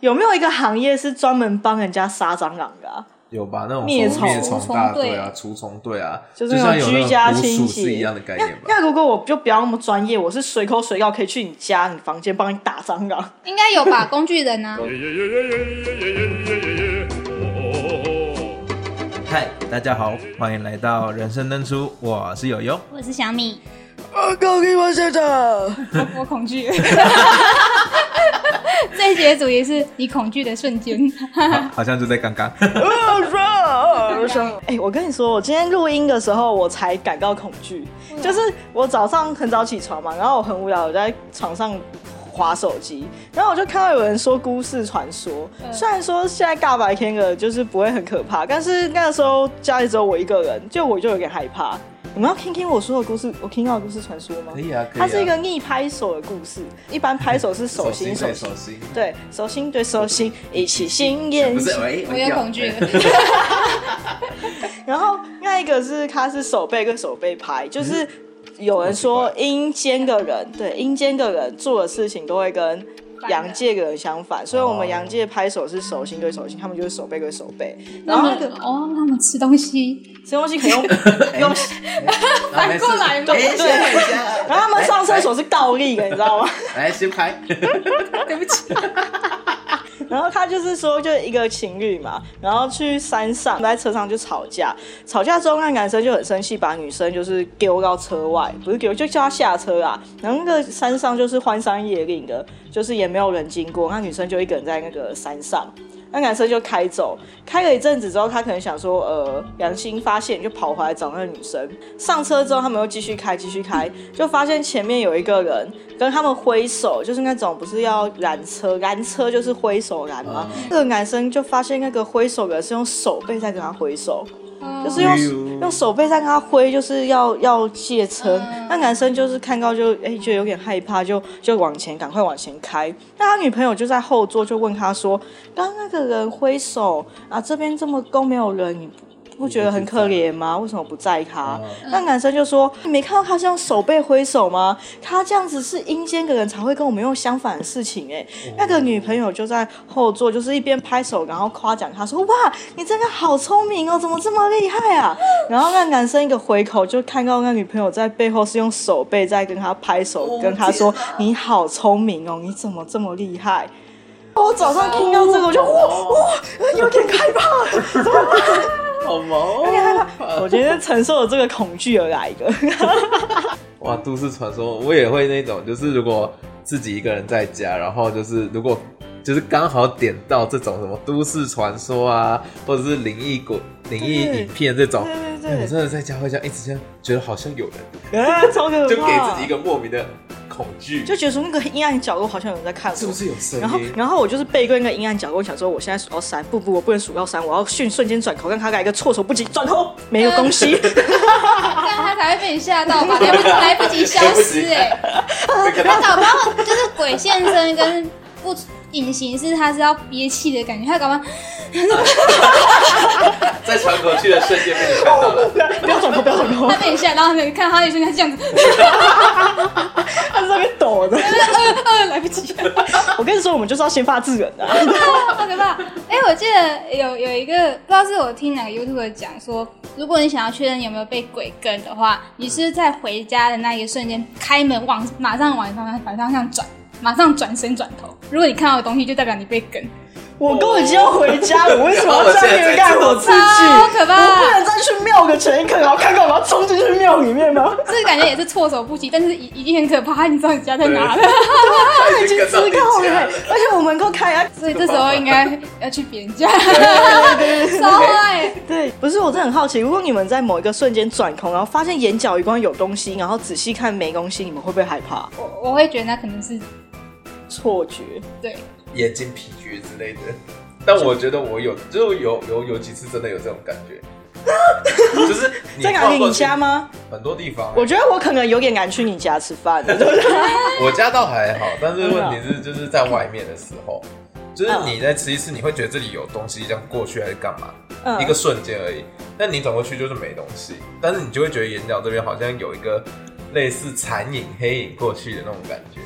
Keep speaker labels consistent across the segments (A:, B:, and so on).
A: 有没有一个行业是专门帮人家杀蟑螂的、啊？
B: 有吧？那种
A: 灭
B: 什
A: 虫
B: 么灭虫大队啊、
C: 除
B: 除虫队啊，
A: 就是那
B: 像
A: 种
B: 有
A: 居家
B: 那种捕
A: 清
B: 鼠
A: 洗
B: 是一样的概
A: 那
B: 念 吧？
A: 那如果我就不要那么专业，我是随口随到可以去你家、你房间帮你打蟑螂。
C: 应该有吧？工具人 啊，
B: 嗨，大家好，欢迎来到人生灯书，我 是友友。
C: 我是小米，
A: 报告啊给我校长。
C: 我恐 惧。这一节主题是你恐惧的瞬间，
B: 好好像就在刚刚，
A: 哎、我跟你说，我今天录音的时候，我才感到恐惧。就是我早上很早起床嘛，然后我很无聊，我在床上划手机，然后我就看到有人说都市传说。
C: 嗯
A: 虽然说现在大白天的，就是不会很可怕，但是那个时候家里只有我一个人，就我就有点害怕。你们要听听我说的故事，我听到的故事传说吗
B: 可？以啊，可以、
A: 它
B: 啊。
A: 是一个逆拍手的故事，一般拍手是手
B: 手
A: 心
B: 手
A: 手
B: 手
A: 心，
B: 心，
A: 对手心对手心一起心眼
B: 不是，喂，
C: 我有
B: 掉
C: 恐 惧。
A: 然后另外一个是它是手背跟手背拍，就是有人说阴间的人，对阴间的人做的事情都会跟阳界的人相反，所以我们阳界拍手是手心对手心，他们就是手背对手背。然
C: 然
A: 后
C: 后
A: 那个
C: 哦，他们吃东西，
A: 这东西可以用用，
B: 反
C: 过 来嘛
B: 哎，先一下，
A: 然后他们上厕所是倒立的，你知道吗？
B: 来，来先拍，
C: 对不起，
A: 然后他就是说，就一个情侣嘛，然后去山上，在车上就吵架，吵架之后那男生就很生气，把女生就是丢到车外，不是丢，就叫她下车啊。然后那个山上就是荒山野岭的，就是也没有人经过，那女生就一个人在那个山上。那男生就开走，开了一阵子之后，他可能想说，呃，良心发现，就跑回来找那个女生。上车之后，他们又继续开，继续开，就发现前面有一个人跟他们挥手，就是那种不是要拦车，拦车就是挥手拦吗？
B: 嗯
A: 那个男生就发现那个挥手的人是用手背在跟他挥手，
C: 嗯
A: 就是
B: 哎
A: 用
B: 呦
A: 用手背在跟他挥，就是要要借车。那男生就是看到就哎、就有点害怕，就就往前赶快往前开。那他女朋友就在后座就问他说：“刚刚那个人挥手啊，这边这么空没有人，你不不觉得很可怜吗？为什么不载他？”那男生就说：“你没看到他是用手背挥手吗？他这样子是阴间的人才会跟我们用相反的事情哎、那个女朋友就在后座，就是一边拍手，然后夸奖他说：“哇，你真的好聪明哦，怎么这么厉害啊？” 然后那男生一个回头就看到那女朋友在背后是用手背在跟他拍手，跟他说：“你好聪明哦，你怎么这么厉害？”我哦早上听到这个，我就哇哇，有点害怕了，怎么办？
B: 好萌，哦
A: 有点害怕， 我觉得承受了这个恐惧而来 的。
B: 哇，都市传说我也会那种，就是如果自己一个人在家，然后就是如果就是刚好点到这种什么都市传说啊，或者是灵异鬼、灵异
A: 对
B: 影片这种，
A: 对
B: 哎我
A: 对
B: 真的在家会这样一直这样，觉得好像有人，
A: 对，啊，超可怕，
B: 就给自己一个莫名的恐惧，
A: 就觉得说那个阴暗角落好像有人在看我，
B: 是不是嗯有声
A: 然后
B: 音，？
A: 然后我就是背对那个阴暗角落，想说我现在数到三，不不，我不能数到三，我要迅瞬间转头，让他来一个措手不及，转 头没有东西，
C: 这样他才会被你吓到 吧？来不及来不及消失哎、
B: 那个
C: 他搞不好就是鬼现身跟不隐形是他是要憋气的感觉，他搞不好
B: 在传过去的瞬间被你看到了，
A: 不要转头，不要转头
C: 他，被你吓到，你看他一瞬间这样子，
A: 他在那边抖 的。
C: 呃，来不及了。
A: 我跟你说，我们就是要先发制人的、
B: 哦
A: 啊，
C: 好可怕！哎、我记得有有一个，不知道是我听哪个 YouTube 讲说，如果你想要确认有没有被鬼跟的话，你是在回家的那一瞬间开门往马上往方向反方向转，马上转身转头。如果你看到的东西，就代表你被跟，
A: 我跟我已经要回家，我为什么要这样虐待我自己？
C: 超啊
B: 哦
C: 可
A: 我不
C: 怕！
A: 能再去庙个前一刻，然后看看我要冲进去庙里面吗？
C: 这个感觉也是措手不及，但是已已经很可怕， 你知道你家在哪了，
B: 他
A: 已经知
B: 跟
A: 道
B: 到你
A: 了
B: 家，
A: 而且我们够开啊！
C: 所以这时候应该要去别人家， 超坏！
A: 对，不是，我真的很好奇，如果你们在某一个瞬间转空，然后发现眼角余光有东西，然后仔细看没东西，你们会不会害怕？
C: 我我会觉得那可能是
A: 错觉。
C: 对，
B: 眼睛疲倦之类的。但我觉得我有，就是有有有几次真的有这种感 觉，就是你
A: 在哪里？
B: 晃过
A: 你
B: 去
A: 家吗？
B: 很多地方欸、
A: 我觉得我可能有点难去你家吃 饭了，对不对？
B: 我家倒还好，但是问题是就是在外面的时候，就是你在吃一次，你会觉得这里有东西这样过去还是干嘛，
A: 嗯
B: 一个瞬间而已。但你转过去就是没东西，但是你就会觉得眼角这边好像有一个类似残影、黑影过去的那种感觉。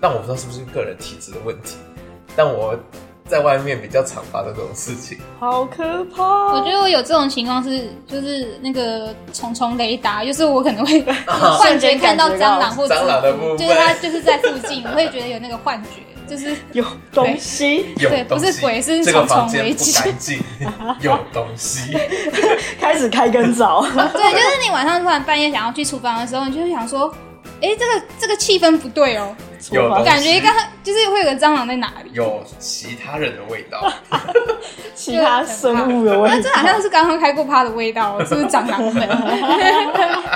B: 但我不知道是不是个人体质的问题，但我在外面比较常发生这种事情。
A: 好可怕！
C: 我觉得我有这种情况是，就是那个虫虫雷达，就是我可能 会幻觉看到蟑螂或者
B: 啊蟑螂的部分
C: 就是它就是在附近，我会觉得有那个幻觉，就是
A: 有东西
B: 有
C: 对
B: 东西
C: 不是鬼是
B: 这个
C: 虫虫
B: 房间
C: 为
B: 不
C: 止
B: 干净，有东西。
A: 开始开根早，
C: 对，就是你晚上突然半夜想要去厨房的时候，你就会想说，哎、这个这个气氛不对哦，
B: 有
A: 厨房
B: 东西
C: 感觉刚刚就是会有个蟑螂在哪里。
B: 有其他人的味 道，
A: 其他生物的
C: 那
A: 味
C: 这
A: 道。
C: 好像是刚刚开过趴的味道哦，是不是蟑螂 门？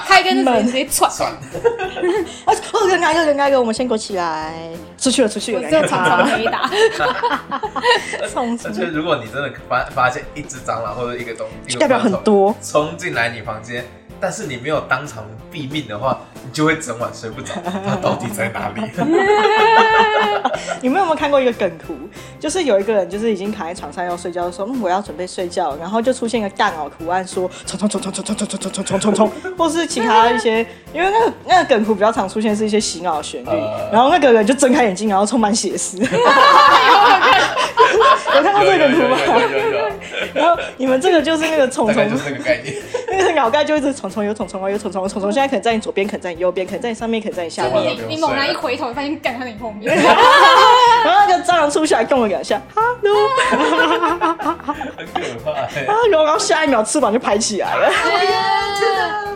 C: 开根就直接直接窜，
B: 算了，
A: 啊， 哦，跟开个跟开个，我们先躲起来。出去了，出去
C: 我
A: 了，
C: 只有常常雷 达。
A: 冲出
B: 而且
A: 去，
B: 如果你真的发发现一只蟑螂或者一个东西，
A: 就代表很多。
B: 冲进来你房间，但是你没有当场毙命的话，你就会整晚睡不着。它到底在哪里？
A: 你们有没有看过一个梗图？就是有一个人就是已经躺在床上要睡觉，说嗯我要准备睡觉，然后就出现一个干呕图案，说冲冲冲冲冲冲冲冲冲冲冲冲，或是其他一些，因为那个那个梗图比较常出现是一些洗脑旋律
B: 呃，
A: 然后那个人就睁开眼睛，然后充满血 丝。有看过这个梗图
B: 有有有
A: 吗？
B: 有有有，
A: 然后你们这个就是那个虫
B: 大概
A: 虫
B: 就。是那个概念。
A: 那个脑盖就一直虫虫有虫虫啊有虫虫有虫虫，现在可能在你左边，可能在你右边，可能在你上面，可能在你下面。
C: 你你猛然一回头，发现干他在你 后面，
A: 然后那个啊蟑螂出去还跟我两下，hello，
B: 很可怕、欸。
A: 啊然后下一秒翅膀就拍起来了。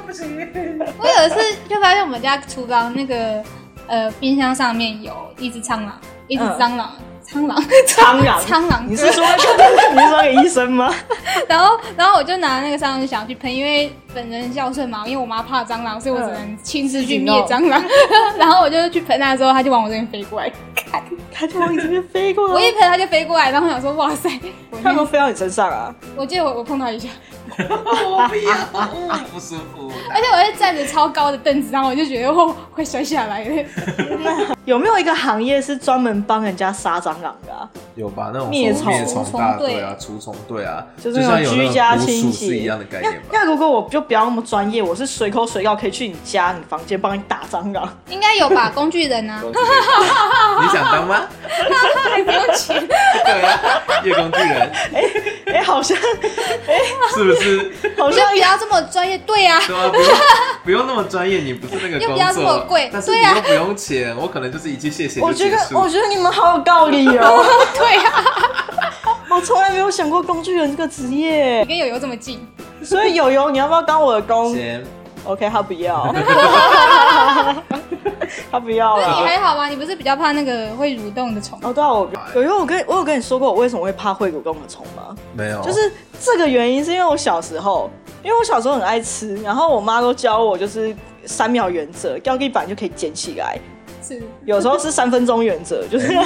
B: 不行，
C: 我有一次就发现我们家厨房那个呃冰箱上面有一只蟑螂，一只蟑螂，蟑螂，
A: 苍 狼，
C: 苍狼
A: 你是说那个你是 说那个医生吗？
C: 然后然后我就拿那个蟑螂想要去喷，因为本人很孝顺嘛，因为我妈怕蟑螂，所以我只能亲自去灭蟑螂。 然后我就去喷它之后，它就往我这边飞过来，
A: 他就往你这边飞过
C: 我一
A: 来，
C: 喷它就飞过来，然后我想说哇塞，我
A: 他有没有飞到你身上啊？
C: 我记得我我碰到一下，
B: 我不要，不舒服。
C: 而且我是站着超高的凳子上，我就觉得我会摔下来的。
A: 有没有一个行业是专门帮人家杀蟑螂的啊？
B: 有吧？那种
A: 灭虫
B: 灭虫大队啊，除虫队啊，
A: 就是
B: 像
A: 那
B: 有
A: 种
B: 那
A: 居家
B: 种
A: 清
B: 捕鼠
A: 洁
B: 是一样的概
A: 那
B: 念吧？
A: 那如果我就不要那么专业，我是随口随到可以去你家、你房间帮你打蟑螂。
C: 应该有吧？工具人啊，
B: 你想当吗？
C: 还不用钱。
B: 对啊，夜工具人
A: 哎、好 像
B: 是不是？
A: 好
C: 我就
A: 像
C: 不要这么专业，对呀、
B: 对啊，不 用不用那么专业，你不是那个
C: 又
B: 工
C: 不要这么
B: 作，
C: 贵
B: 但是你
C: 对啊
B: 又不用钱，我可能就是一句谢谢
A: 我
B: 就
A: 觉
B: 结
A: 得
B: 束
A: 我。觉得你们好有道理 哦，
C: 对呀、
A: 我从来没有想过工具人这个职业
C: 你。跟友友这么近，
A: 所以友友，你要不要当我的工
B: 先
A: ？OK，他不 要，他不要
C: 那
A: 了
C: 你。还好吗？你不是比较怕那个会蠕动的虫？
A: 哦，对啊，我有因为我跟我有跟你说过我为什么会怕会蠕动的虫吗？
B: 没有，
A: 就是这个原因，是因为我小时候，因为我小时候很爱吃，然后我妈都教我就是三秒原则，掉地板就可以捡起来，
C: 是，
A: 有时候是三分钟原则，就是。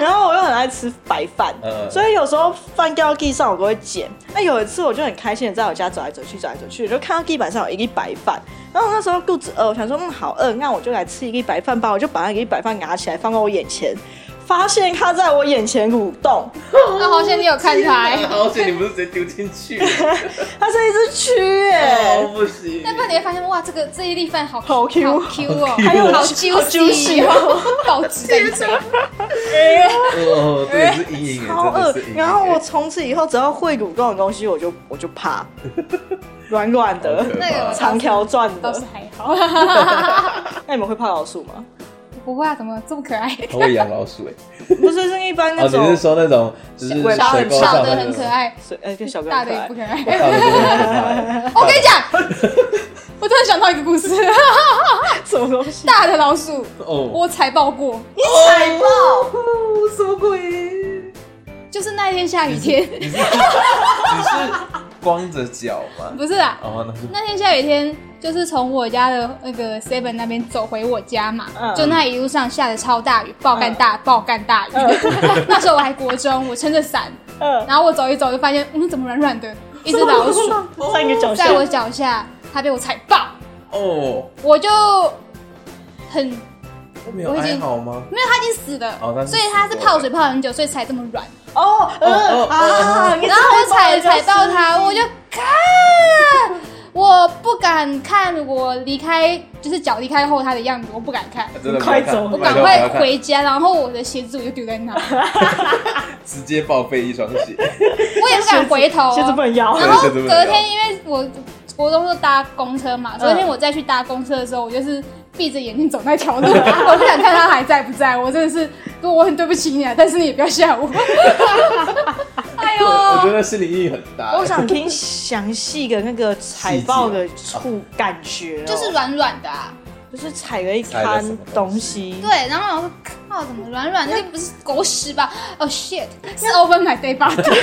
A: 然后我又很爱吃白饭，
B: 嗯
A: 所以有时候饭掉到地上我都会捡。那有一次我就很开心的在我家走来走去，走来走去，我就看到地板上有一粒白饭。然后我那时候肚子饿，我想说嗯好饿，那我就来吃一粒白饭吧。我就把那一粒白饭拿起来放到我眼前，发现它在我眼前蠕动，
C: 那好险你有看它、
B: 哎
C: 欸，
B: 好险你不是直接丢进去，
A: 它是一只蛆哎、
B: 哦不行。
C: 那不然你会发现哇，这个这一粒饭好
A: 好 Q
C: 好 Q 哦，
A: 还有
C: 好
A: 好
C: juicy
A: juicy
C: 哦，爆汁在你身上
B: 哦，这也是阴影，
A: 超
B: 真的
A: 饿
B: 是阴。影。
A: 然后我从此以后只要会蠕动的东西，我就我就怕，软软的
B: 好可，怕
C: 那个我
A: 长条状
C: 倒是
A: 的。
C: 还好，
A: 那你们会怕老鼠吗？
C: 不会啊，怎么这么可爱？
B: 我会养老 鼠哎。
A: 不是，是一般那
B: 哦，
A: 种
B: 你是说那种就是水沟
A: 小的
B: 上
C: 小
B: 那种
C: 的很可，爱，
A: 水哎，跟小哥
C: 大
A: 很
C: 的
A: 可
C: 也不
A: 爱。
C: 可爱。
B: 大的真的很可爱。
C: 我跟你讲，我突然想到一个故事，
A: 什么东西？
C: 大的老鼠
B: 哦，
C: 我踩爆过，
A: 你踩爆！
B: 什么鬼？
C: 就是那一天下雨天，
B: 你是你是光着脚吗？
C: 不是啊，
B: 哦，那就
C: 那天下雨天，就是从我家的那个 seven 那边走回我家嘛，
A: 嗯
C: 就那一路上下的超大雨，爆干大，爆干大雨。 那时候我还国中，我撑着伞，
A: 嗯，
C: 然后我走一走就发现，嗯，怎么软软的？一只老鼠
A: 在你的脚下
C: 在，我脚下，它被我踩爆，
B: 哦，
C: 我就很，因
B: 没有
C: 我已
B: 还
C: 经
B: 好吗？
C: 为它已经死了，
B: 哦它是
C: 所以它是泡水泡很久，所以才这么软。
A: 哦，
B: 哦
A: 嗯
B: 哦
A: 啊，你
C: 然后我
A: 踩
C: 踩
A: 爆
C: 踩
A: 人家
C: 到
A: 尸
C: 它，
A: 体
C: 我就咔，我不敢看我离开，就是脚离开后他的样子，我不敢看，
B: 真的不要
A: 快
B: 看
A: 走
C: 我
A: 拜
C: 赶
A: 托
C: 快，回家，然后我的鞋子我就丢在那，
B: 不要看直接报废一双鞋。
C: 我也不敢回头 哦、
A: 鞋子不能摇。
C: 然
B: 对鞋
C: 后
B: 子不能
C: 隔
B: 摇
C: 天因为我国中就搭公车嘛，昨天我再去搭公车的时候，我就是闭着眼睛走那条路，我不想看他还在不在，我真的是，我很对不起你啊，但是你也不要吓我。哎呦，
B: 我觉得心理阴影很大。
A: 我想听详细的那个海报的触感觉、哦，
C: 就是软软的、啊，
A: 就是踩了一
B: 踩了什
A: 滩
B: 么东
A: 东
B: 西
A: 西，
C: 对，然后我说靠，怎么软软的？那不是狗屎吧？哦、shit，是 over my day body。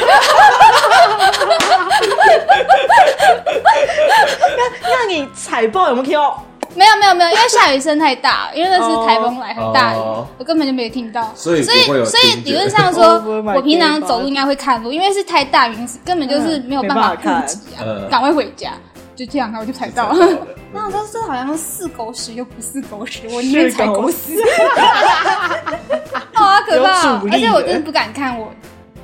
A: 那你踩爆有没有听到？
C: 没有没有没有，因为下雨声太大，因为那是台风来很大雨
B: 哦
C: 我根本就没有听到。
B: 所以不
C: 所
B: 会
C: 以
B: 有
C: 所以
B: 听觉
C: 理 论上说
A: Over，my
C: 我平常走路应该会看路，因为是太大云，根本就是没有办法顾及啊
B: 嗯没办法看嗯，
C: 赶快回家。就这样，然后我就 踩到
B: 踩到
C: 了
B: 了。
C: 那我说这好像是狗屎，又不是狗屎，我宁愿踩狗屎。好啊，可怕
A: 有
C: 哦！
A: 阻力
C: 而且我真
A: 耶
C: 的不敢看我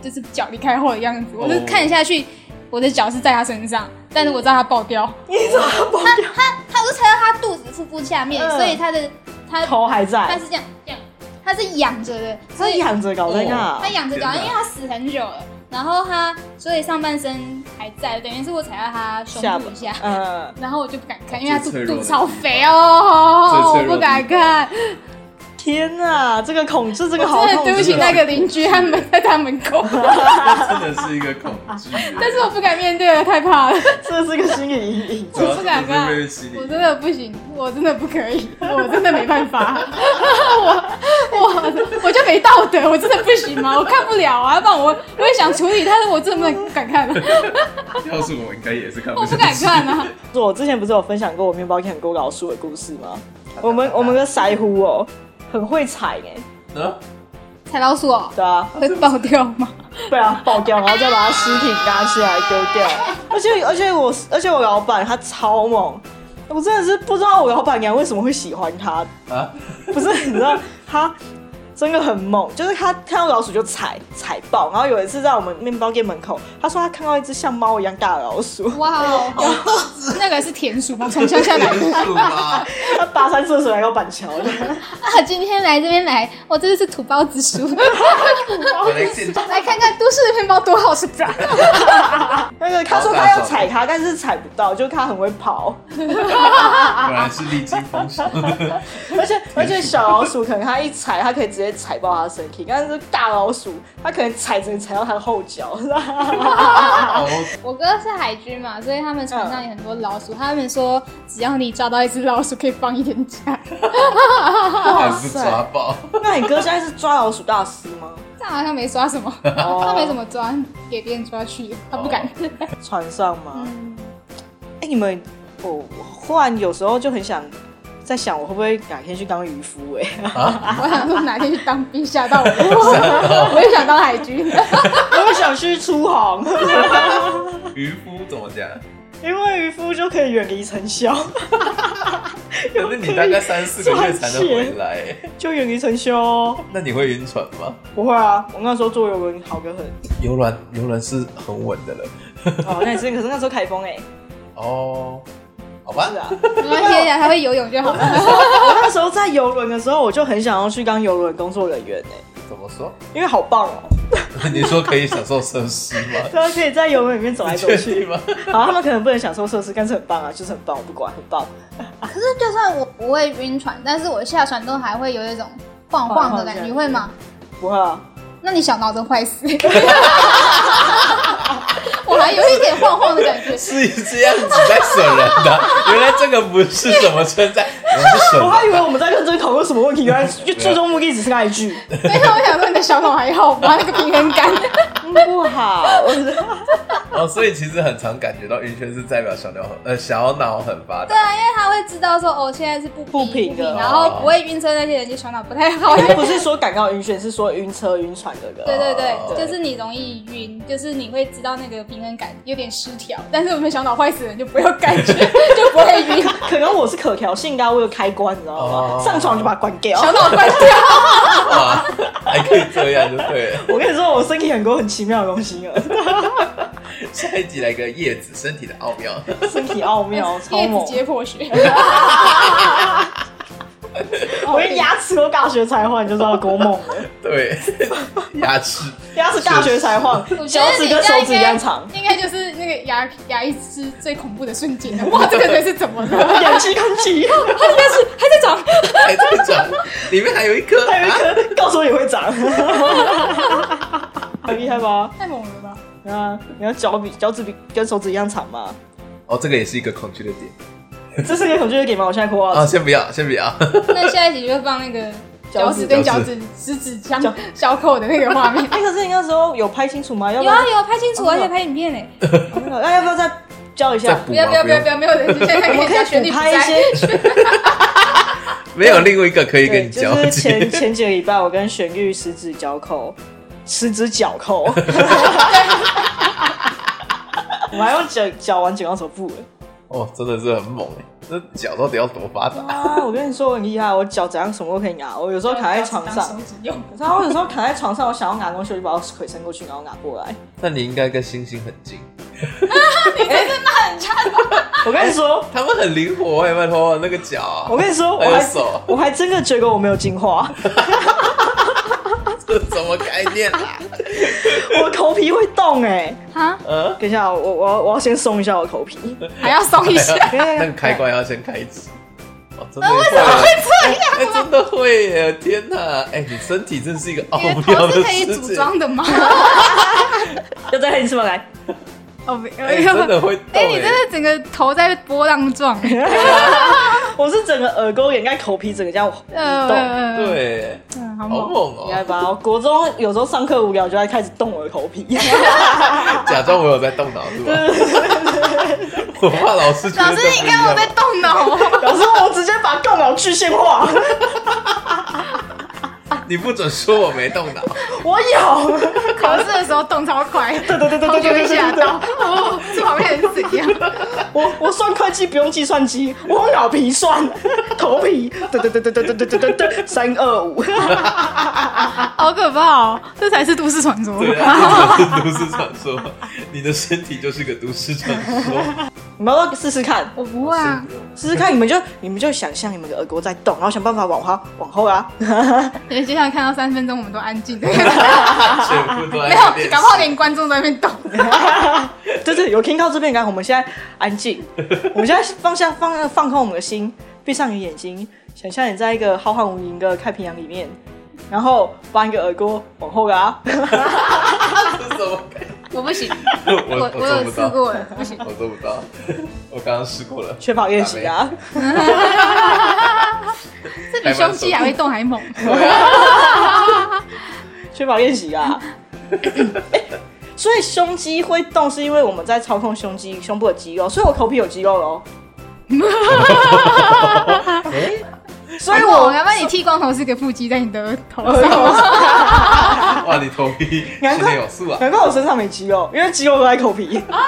C: 就是脚离开后的样子，我就
B: 哦
C: 看下去，我的脚是在他身上，但是我知道他爆掉。
A: 你怎么爆
C: 他他他不是踩到他肚子腹部下面，
A: 嗯
C: 所以他的他
A: 头还
C: 他
A: 在？
C: 是这样这样，他是仰着的，所
A: 他
C: 以
A: 仰着搞啊在那
C: 他，仰着脚，
B: 天哪
C: 因为他死很久了，然后他所以上半身还在，等于是我踩到他胸
A: 下
C: 部一下。
A: 嗯，
C: 然后我就不敢看，
B: 哦
C: 因为他
B: 最
C: 肚
B: 脆弱的
C: 肚子超肥哦，
B: 最
C: 我
B: 脆弱的
C: 不敢看。
A: 天哪，这个恐惧，这个好
C: 真的
A: 恐
C: 对不
A: 惧
C: 起那个邻居，他们 在他门 口，
B: 那真的是一个恐惧。
C: 但是我不敢面对了，太怕了，
A: 这是个心理阴影。
B: 主要
C: 我 不敢看
B: 是瑞奇里
C: 我真的不行，我真的不可以，我真的没办法，我我我就没道德，我真的不行吗？我看不了啊，不然我我也想处理，但是我真的不敢看了，
B: 要是我应该也是看
C: 我
B: 下
C: 不
B: 去
C: 敢 看啊。
A: 我之前不是有分享过我面包店很多老鼠的故事吗？我们我们的腮胡哦，很会踩哎、
B: 啊
C: 踩老鼠哦，
A: 对啊，
C: 会爆掉吗？
A: 被它爆掉，然后再把它尸体拿起来丢掉。而且而且我而且我老板他超猛，我真的是不知道我老板娘为什么会喜欢他，
B: 啊！
A: 不是，你知道他真的很猛，就是他看到老鼠就踩踩爆。然后有一次在我们面包店门口，他说他看到一只像猫一样大的老鼠，
C: 哇哦，那个是田鼠吧？从乡下来的。
B: 数吧，
A: 他跋山涉水来到板桥的。
C: 啊，今天来这边来，我真的是土包子 叔，
B: 我来现场
C: 来看看都市的面包多好吃吧。
A: 那个他说他要踩他，但是踩不到，就他很会跑，
B: 果然是历经风霜。
A: 而且而且小老鼠可能他一踩，他可以直接踩爆他的身体，但是大老鼠他可能踩着踩到他的后脚。
B: 哦，
C: 我哥是海军嘛，所以他们船上有很多老鼠，他们说只要你抓到一只老鼠，可以放一天假。
B: 还是抓爆。
A: 那你哥现在是抓老鼠大师吗？
C: 但好像没抓什么，
A: 哦
C: 他没怎么抓，给别人抓去，他不敢。
A: 船上吗？
C: 嗯
A: 哎、你们，我我忽然有时候就很想在想，我会不会哪天去当渔夫、哎，
C: 我想说哪天去当兵，吓到我， 我也想当海军。
A: 我也想去出航，
B: 渔夫怎么讲？
A: 因为渔夫就可以远离尘嚣，
B: 可是你大概三四个月才能回来，欸
A: 就远离尘嚣哦。
B: 那你会晕船吗？
A: 不会啊，我那时候坐游轮好个很。
B: 游轮游轮是很稳的了。
A: 哦，那也是，可是那时候台风哎、
B: 哦，好
A: 是
B: 吧，
A: 啊。
C: 没关系啊，他会游泳就好了。
A: 我那时候在游轮的时候，我就很想要去当游轮工作人员哎、
B: 怎么说？
A: 因为好棒 哦，
B: 你说可以享受设施吗？
A: 对啊，可以在游轮里面走来走
B: 确
A: 去
B: 定。吗？
A: 好，他们可能不能享受设施，但是很棒啊，就是很棒，我不管，很棒。
C: 可是就算我不会晕船，但是我下船都还会有一种晃晃的
A: 晃
C: 感
A: 晃
C: 觉，
A: 的
C: 会吗？
A: 不会啊，
C: 那你小脑子坏死。 我还有一点晃晃的感觉，
B: 是这样子在损人的，原来这个不是怎么称赞，我是损
A: 我
B: 人
A: 还以为
B: 的。
A: 我们在认真讨论什么问题，原来就最终目的只是那一句，
C: 没有，我想说你的小脑还好吧？那个平衡感。
A: 嗯不 好。
B: 哦，所以其实很常感觉到晕眩是代表小脑很呃小脑很发
C: 对
B: 达。
C: 啊，因为他会知道说哦，现在是不
A: 不平哦的
C: 然后不会晕车那些人就小脑不太好。
A: 他不是说感到晕眩，是说晕车晕船的人。
C: 对对
B: 哦
C: 对，就是你容易晕，就是你会知道那个平衡感有点失调，但是我们小脑坏死的人就不会有感觉，就不会晕，
A: 可能我是可调性的啊，我有开关，你知道吗？
B: 哦
A: 上床就把它关掉。
C: 小脑坏掉。
B: 哇，还可以这样就对了。
A: 啊 我跟你说，我身体很多很奇妙的东西了。
B: 下一集来个叶子身体的奥妙，
A: 身体奥妙，超
C: 叶子
A: 猛！
C: 解剖学。
A: 我连牙齿都大学才换，就知道多猛 了。
B: 对，牙齿
A: 牙齿大学才换
C: 我，觉
A: 脚
C: 得
A: 趾
C: 你
A: 跟
C: 这
A: 手
C: 样
A: 指一样长，
C: 应该就是那个牙牙医是最恐怖的瞬间了。哇，这个人是怎么了？
A: 氧气空气，
C: 他应该是还在长，
B: 还在长，里面还有一颗，啊
A: 还有一颗，告诉我也会 长，很厉害吧？
C: 太猛了吧？
A: 啊，你要脚比脚趾比跟手指一样长嘛？
B: 哦，这个也是一个恐惧的点
A: 这是个恐惧的点吗？我现在哭
B: 啊！
A: 啊！
B: 先不要，先不要，
C: 那下一集就放那个脚趾跟脚趾十指相
A: 脚
C: 交扣的那个画面。
A: 哎，可是你那时候有拍清楚吗？要不
C: 有
A: 要
C: 啊？有啊，拍清楚，而且拍影片嘞。
A: 那、要不要再教一
B: 再
A: 下？
B: 补
C: 不要
B: 吗？
C: 不要不要不
B: 用，
C: 要，没有人现在
A: 我
C: 可
A: 们
C: 以
A: 可
C: 叫学
A: 以
C: 弟
A: 补
C: 不
A: 拍一
C: 在。
A: 些，
B: 没有另外一个可以跟
A: 对，
B: 你
A: 就
B: 交
A: 是前
B: 集。
A: 前几个礼拜我跟玄玉十指交扣，十指脚 扣，我们还用脚脚玩剪刀手布欸
B: 哦，真的是很猛哎，这脚到底要多发达？
A: 啊！我跟你说我很厉害，我脚怎样什么都可以拿，我有时候躺在床 上。然后我有时候躺在床上，我想要拿东西，我就把我腿伸过去，然后拿过 来。
B: 那你应该跟星星很近，
A: 我跟你说，
B: 他们很灵活哎，拜托那个脚，
A: 我跟你说，我
B: 还有
A: 还
B: 手，
A: 我还真的觉得我没有进 化，
B: 这什么概念 啊？
A: 我头皮会动哎、
C: 啊，
B: 嗯，
A: 等一下，我我要我要先松一下我头皮。
C: 还要松一下。
B: 哎那个开关要先开启。哦，真的为什么会
C: 啊
B: 这样？哎，真的会耶！天哪，哎，你身体真是一个奥
C: 你的
B: 妙
C: 头
B: 的
C: 是可以
B: 世
C: 组
B: 界，
C: 装的吗？
A: 要再黑一次吗？来，
C: 哦，不要
B: 哎，真的会动
C: 哎、你真
B: 哎！
C: 的整个头在波浪状，
A: 我是整个耳沟连带头皮整个这样
C: 呃，
A: 移动，
B: 对，
C: 嗯，好
B: 好
C: 猛，
B: 猛
A: 明白
B: 哦！
A: 吧？我国中有时候上课无聊就会开始动我的头皮，
B: 哎假装我有在动脑是吧？ 我怕老师觉得
C: 老师，你看我在动脑，
A: 老师我直接把杠脑具现化，
B: 你不准说我没动脑，
A: 我有，
C: 考试的时候动超快，
A: 对对对对对
C: 同学
A: 对
C: 会吓
A: 对对
C: 到，，哦，这旁边人是怎样？
A: 我我算会计不用计算机，我用脑皮算，头皮，对对对对对对对对对，三二五，
C: 好可怕哦，这才是都市传说。
B: 对啊，这就是都市传说，你的身体就是个都市传说。
A: 你们要不要试试看？
C: 我不会啊，
A: 试试看，你们就你们就想象你们的耳朵在动，然后想办法往后往后啊。
C: 因为接下来哎看到三分钟，我们都安静的，
B: 全部都在
C: 没
B: 那
C: 有，
B: 边
C: 搞不好连观众都在那边动。
A: 对对，有听到这边感，我们现在安静，我们现在放下放放空我们的心，闭上你的眼睛，想象你在一个浩瀚无垠的太平洋里面，然后把你的耳朵往后啊拉，
B: 这是什么概念？
C: 我不行，
B: 我
C: 我
B: 我做
C: 有
B: 不
C: 试
B: 到，
C: 过了， 不行。
B: 我做不到，我刚刚试过了。
A: 缺乏练习啊。
C: 这比胸肌还会动还猛，
A: 缺乏练习啊。所以胸肌会动，是因为我们在操控胸肌、胸部的肌肉，所以我头皮有肌肉喽。 所以我
C: 要不然你剃光头是个腹肌在你的头 上。
B: 哇，你头皮
A: 难
B: 训
A: 怪
B: 练有素啊！
A: 难怪我身上 没肌肉，因为肌肉都在口皮。
C: 啊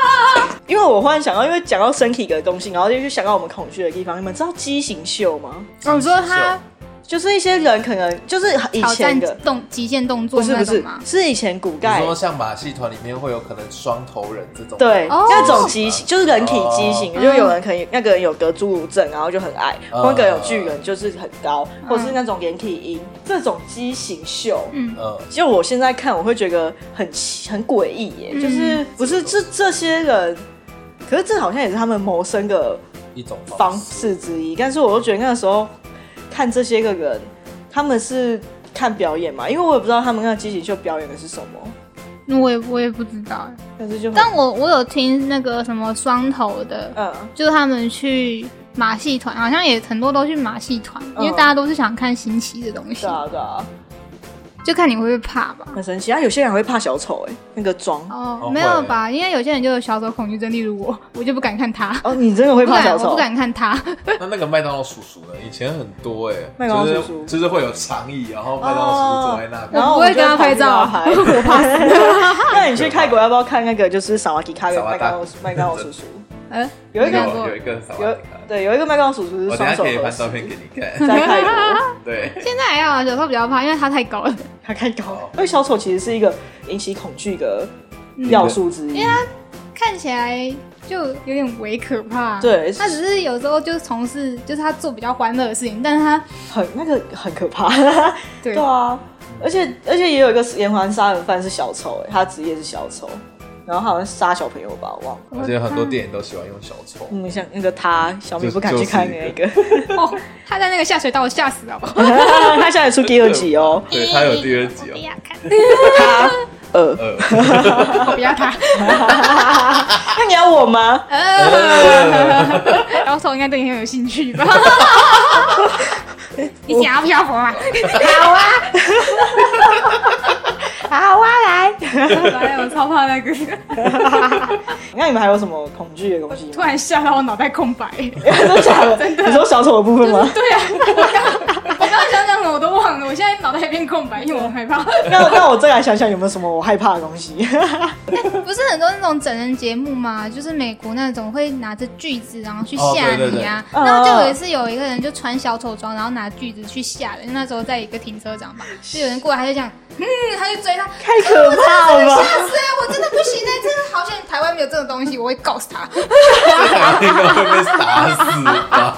A: 因为我忽然想到，因为讲到身体的东西，然后就去想到我们恐惧的地方。你们知道畸形秀吗？
C: 我说他
A: 就是一些人可能就是以
C: 挑
A: 前
C: 战
A: 的，
C: 动极限动作
A: 不是不
C: 那种
A: 是
C: 吗，？
A: 是以前古代
B: 你说像马戏团里面会有可能双头人这种，
A: 对，
C: 哦
A: 那种畸形就是人体畸形，
C: 哦
A: 就有人可以那个人有得侏儒症，然后就很矮；，
B: 嗯
A: 或者有巨人就是很高，或是那种连体婴这种畸形秀。
C: 嗯，
B: 嗯，
A: 就我现在看，我会觉得很奇很诡异耶，
C: 嗯
A: 就是不是这这些人，可是这好像也是他们谋生的
B: 一种
A: 方
B: 方式。
A: 式之一。但是我又觉得那个时候看这些个人，他们是看表演嘛，因为我也不知道他们那个畸形秀表演的是什么，
C: 我也我也不知道哎，
A: 但是就很
C: 但我我有听那个什么双头的，
A: 嗯
C: 就是他们去马戏团，好像也很多都去马戏团，因为
A: 嗯
C: 大家都是想看新奇的东西
A: 对，啊对啊，
C: 就看你会不会怕吧。
A: 很神奇。啊，有些人还会怕小丑哎、那个妆。
C: 哦
B: 哦，
C: 没有吧？因为有些人就有小丑恐惧症，例如我， 我就不敢看他，
A: 哦，你真的会
C: 不
A: 怕
C: 敢，
A: 小
C: 我
A: 丑？
C: 不敢看他。
B: 那那个麦当劳叔叔呢？以前很多哎，
A: 麦当劳
B: 就
A: 叔
B: 是
A: 叔
B: 就是会有长椅，然后麦当劳叔叔坐在那
A: 然
B: 边，
A: 后
C: 我不会跟他拍照
A: 我们就会旁边有小孩 那你去泰国要不要看那个就是萨瓦迪卡跟麦当劳麦当劳叔叔？
C: 呃，
A: 有一
C: 看
A: 个
C: 过
B: 有有一个扫码
A: 有
B: 给他
A: 对有一个麦当劳叔叔是
B: 我等一
A: 双
B: 下
A: 手
B: 可以
A: 合
B: 拍
A: 十
B: 照片给你看。
A: 在泰 国，
B: 对，
C: 现在还好，小丑比较怕，因为他太高了。嗯
A: 他太高了。因为小丑其实是一个引起恐惧的要素之一，
C: 看起来就有点微可怕。
A: 对
C: 啊他只是有时候就从事，就是他做比较欢乐的事情，但是他
A: 很那个很可怕。
C: 对
A: 对啊，而且而且也有一个连环杀人犯是小丑、欸，他职业是小丑，然后他好像杀小朋友吧，我忘了。
B: 而且很多电影都喜欢用小丑。
A: 嗯，像那个他，小米不敢去看那个，
C: 哦，他在那个下水道，我吓死了，好不好？
A: 他现在也出第二集哦，
B: 对他有第二集
C: 我不
B: 哦。
C: 要看，
A: 他呃，
B: 呃，
C: 我不要他。
A: 那你要我吗？
C: 呃然后头应该对你很有兴趣 吧？你想要不要我 啊？
A: 好啊，好啊，来。
C: 来，哎我超怕那个，
A: 那你们还有什么恐惧的东西
C: 突
A: 吗？
C: 然吓到我脑袋空白。
A: 真的假的？ 你说小丑的部分哎吗？
C: 对啊， 我刚我刚刚想讲什么我都忘了，我现在脑袋一片空白，因为我害怕。
A: 那那我再来想想有没有什么我害怕的东 西。
C: 不是很多那种整人节目吗？就是美国那种会拿着锯子然后去
B: 哦
C: 吓
B: 对对
C: 你啊。
A: 对
C: 然后就
A: 哦
C: 有一次有一个人就穿小丑装，然后拿锯子去吓人。那时候在一个停车场吧，就有人过来，他就讲，嗯，他就追他，
A: 太可怕了
C: 吓
A: 吧！
C: 死我！真的不行哎、真的好像台湾没有这种东西，我会告诉他。
B: 他应该会被打死吧？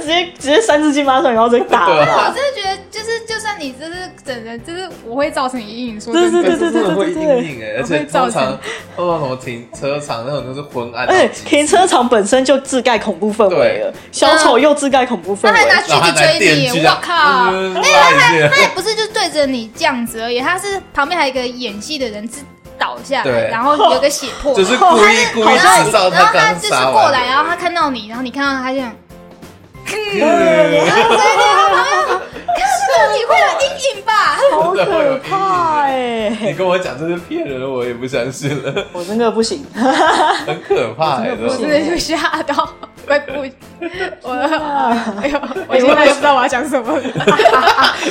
A: 直接直接三字经八上，然后直接打
B: 对
A: 了。
B: 啊
C: 我真的觉得，就是就算你这是整人，就是我会造成你阴影。说
A: 对
C: 真的，
A: 对对
B: 这真的会阴影哎，而且
C: 会造
B: 通
C: 成
B: 常通常什么停车场那种都是昏暗
A: 而且
B: 到极致，
A: 停车场本身就自盖恐怖氛围了，小丑又自盖恐怖氛
C: 他还拿
A: 围。
C: 锯
B: 然后他
C: 子
B: 拿
C: 追
B: 电
C: 你，
B: 锯这
C: 我
B: 样，
C: 靠！
B: 嗯
C: 他也不是就对着你这样子而已，他是旁边还有一个演戏的人是倒下来，
B: 对
C: 然后有个血泊，
B: 就是故意故意
C: 然后
B: 制造
C: 然后
B: 刚
C: 就是
B: 杀
C: 过
B: 完
C: 来，然后他
B: 的。
C: 看到你，然后你看到他这 样，
B: 嗯
C: 你会有阴影 吧？
A: 好可怕哎、
B: 你跟我讲这是骗人的，我也不相信了，
A: 我真的不 行，
B: 很可怕哎，
A: 我
B: 这
C: 我
B: 种
C: 真的就吓到， 我也不，我 哎呦， 我现在知道我要讲什么了。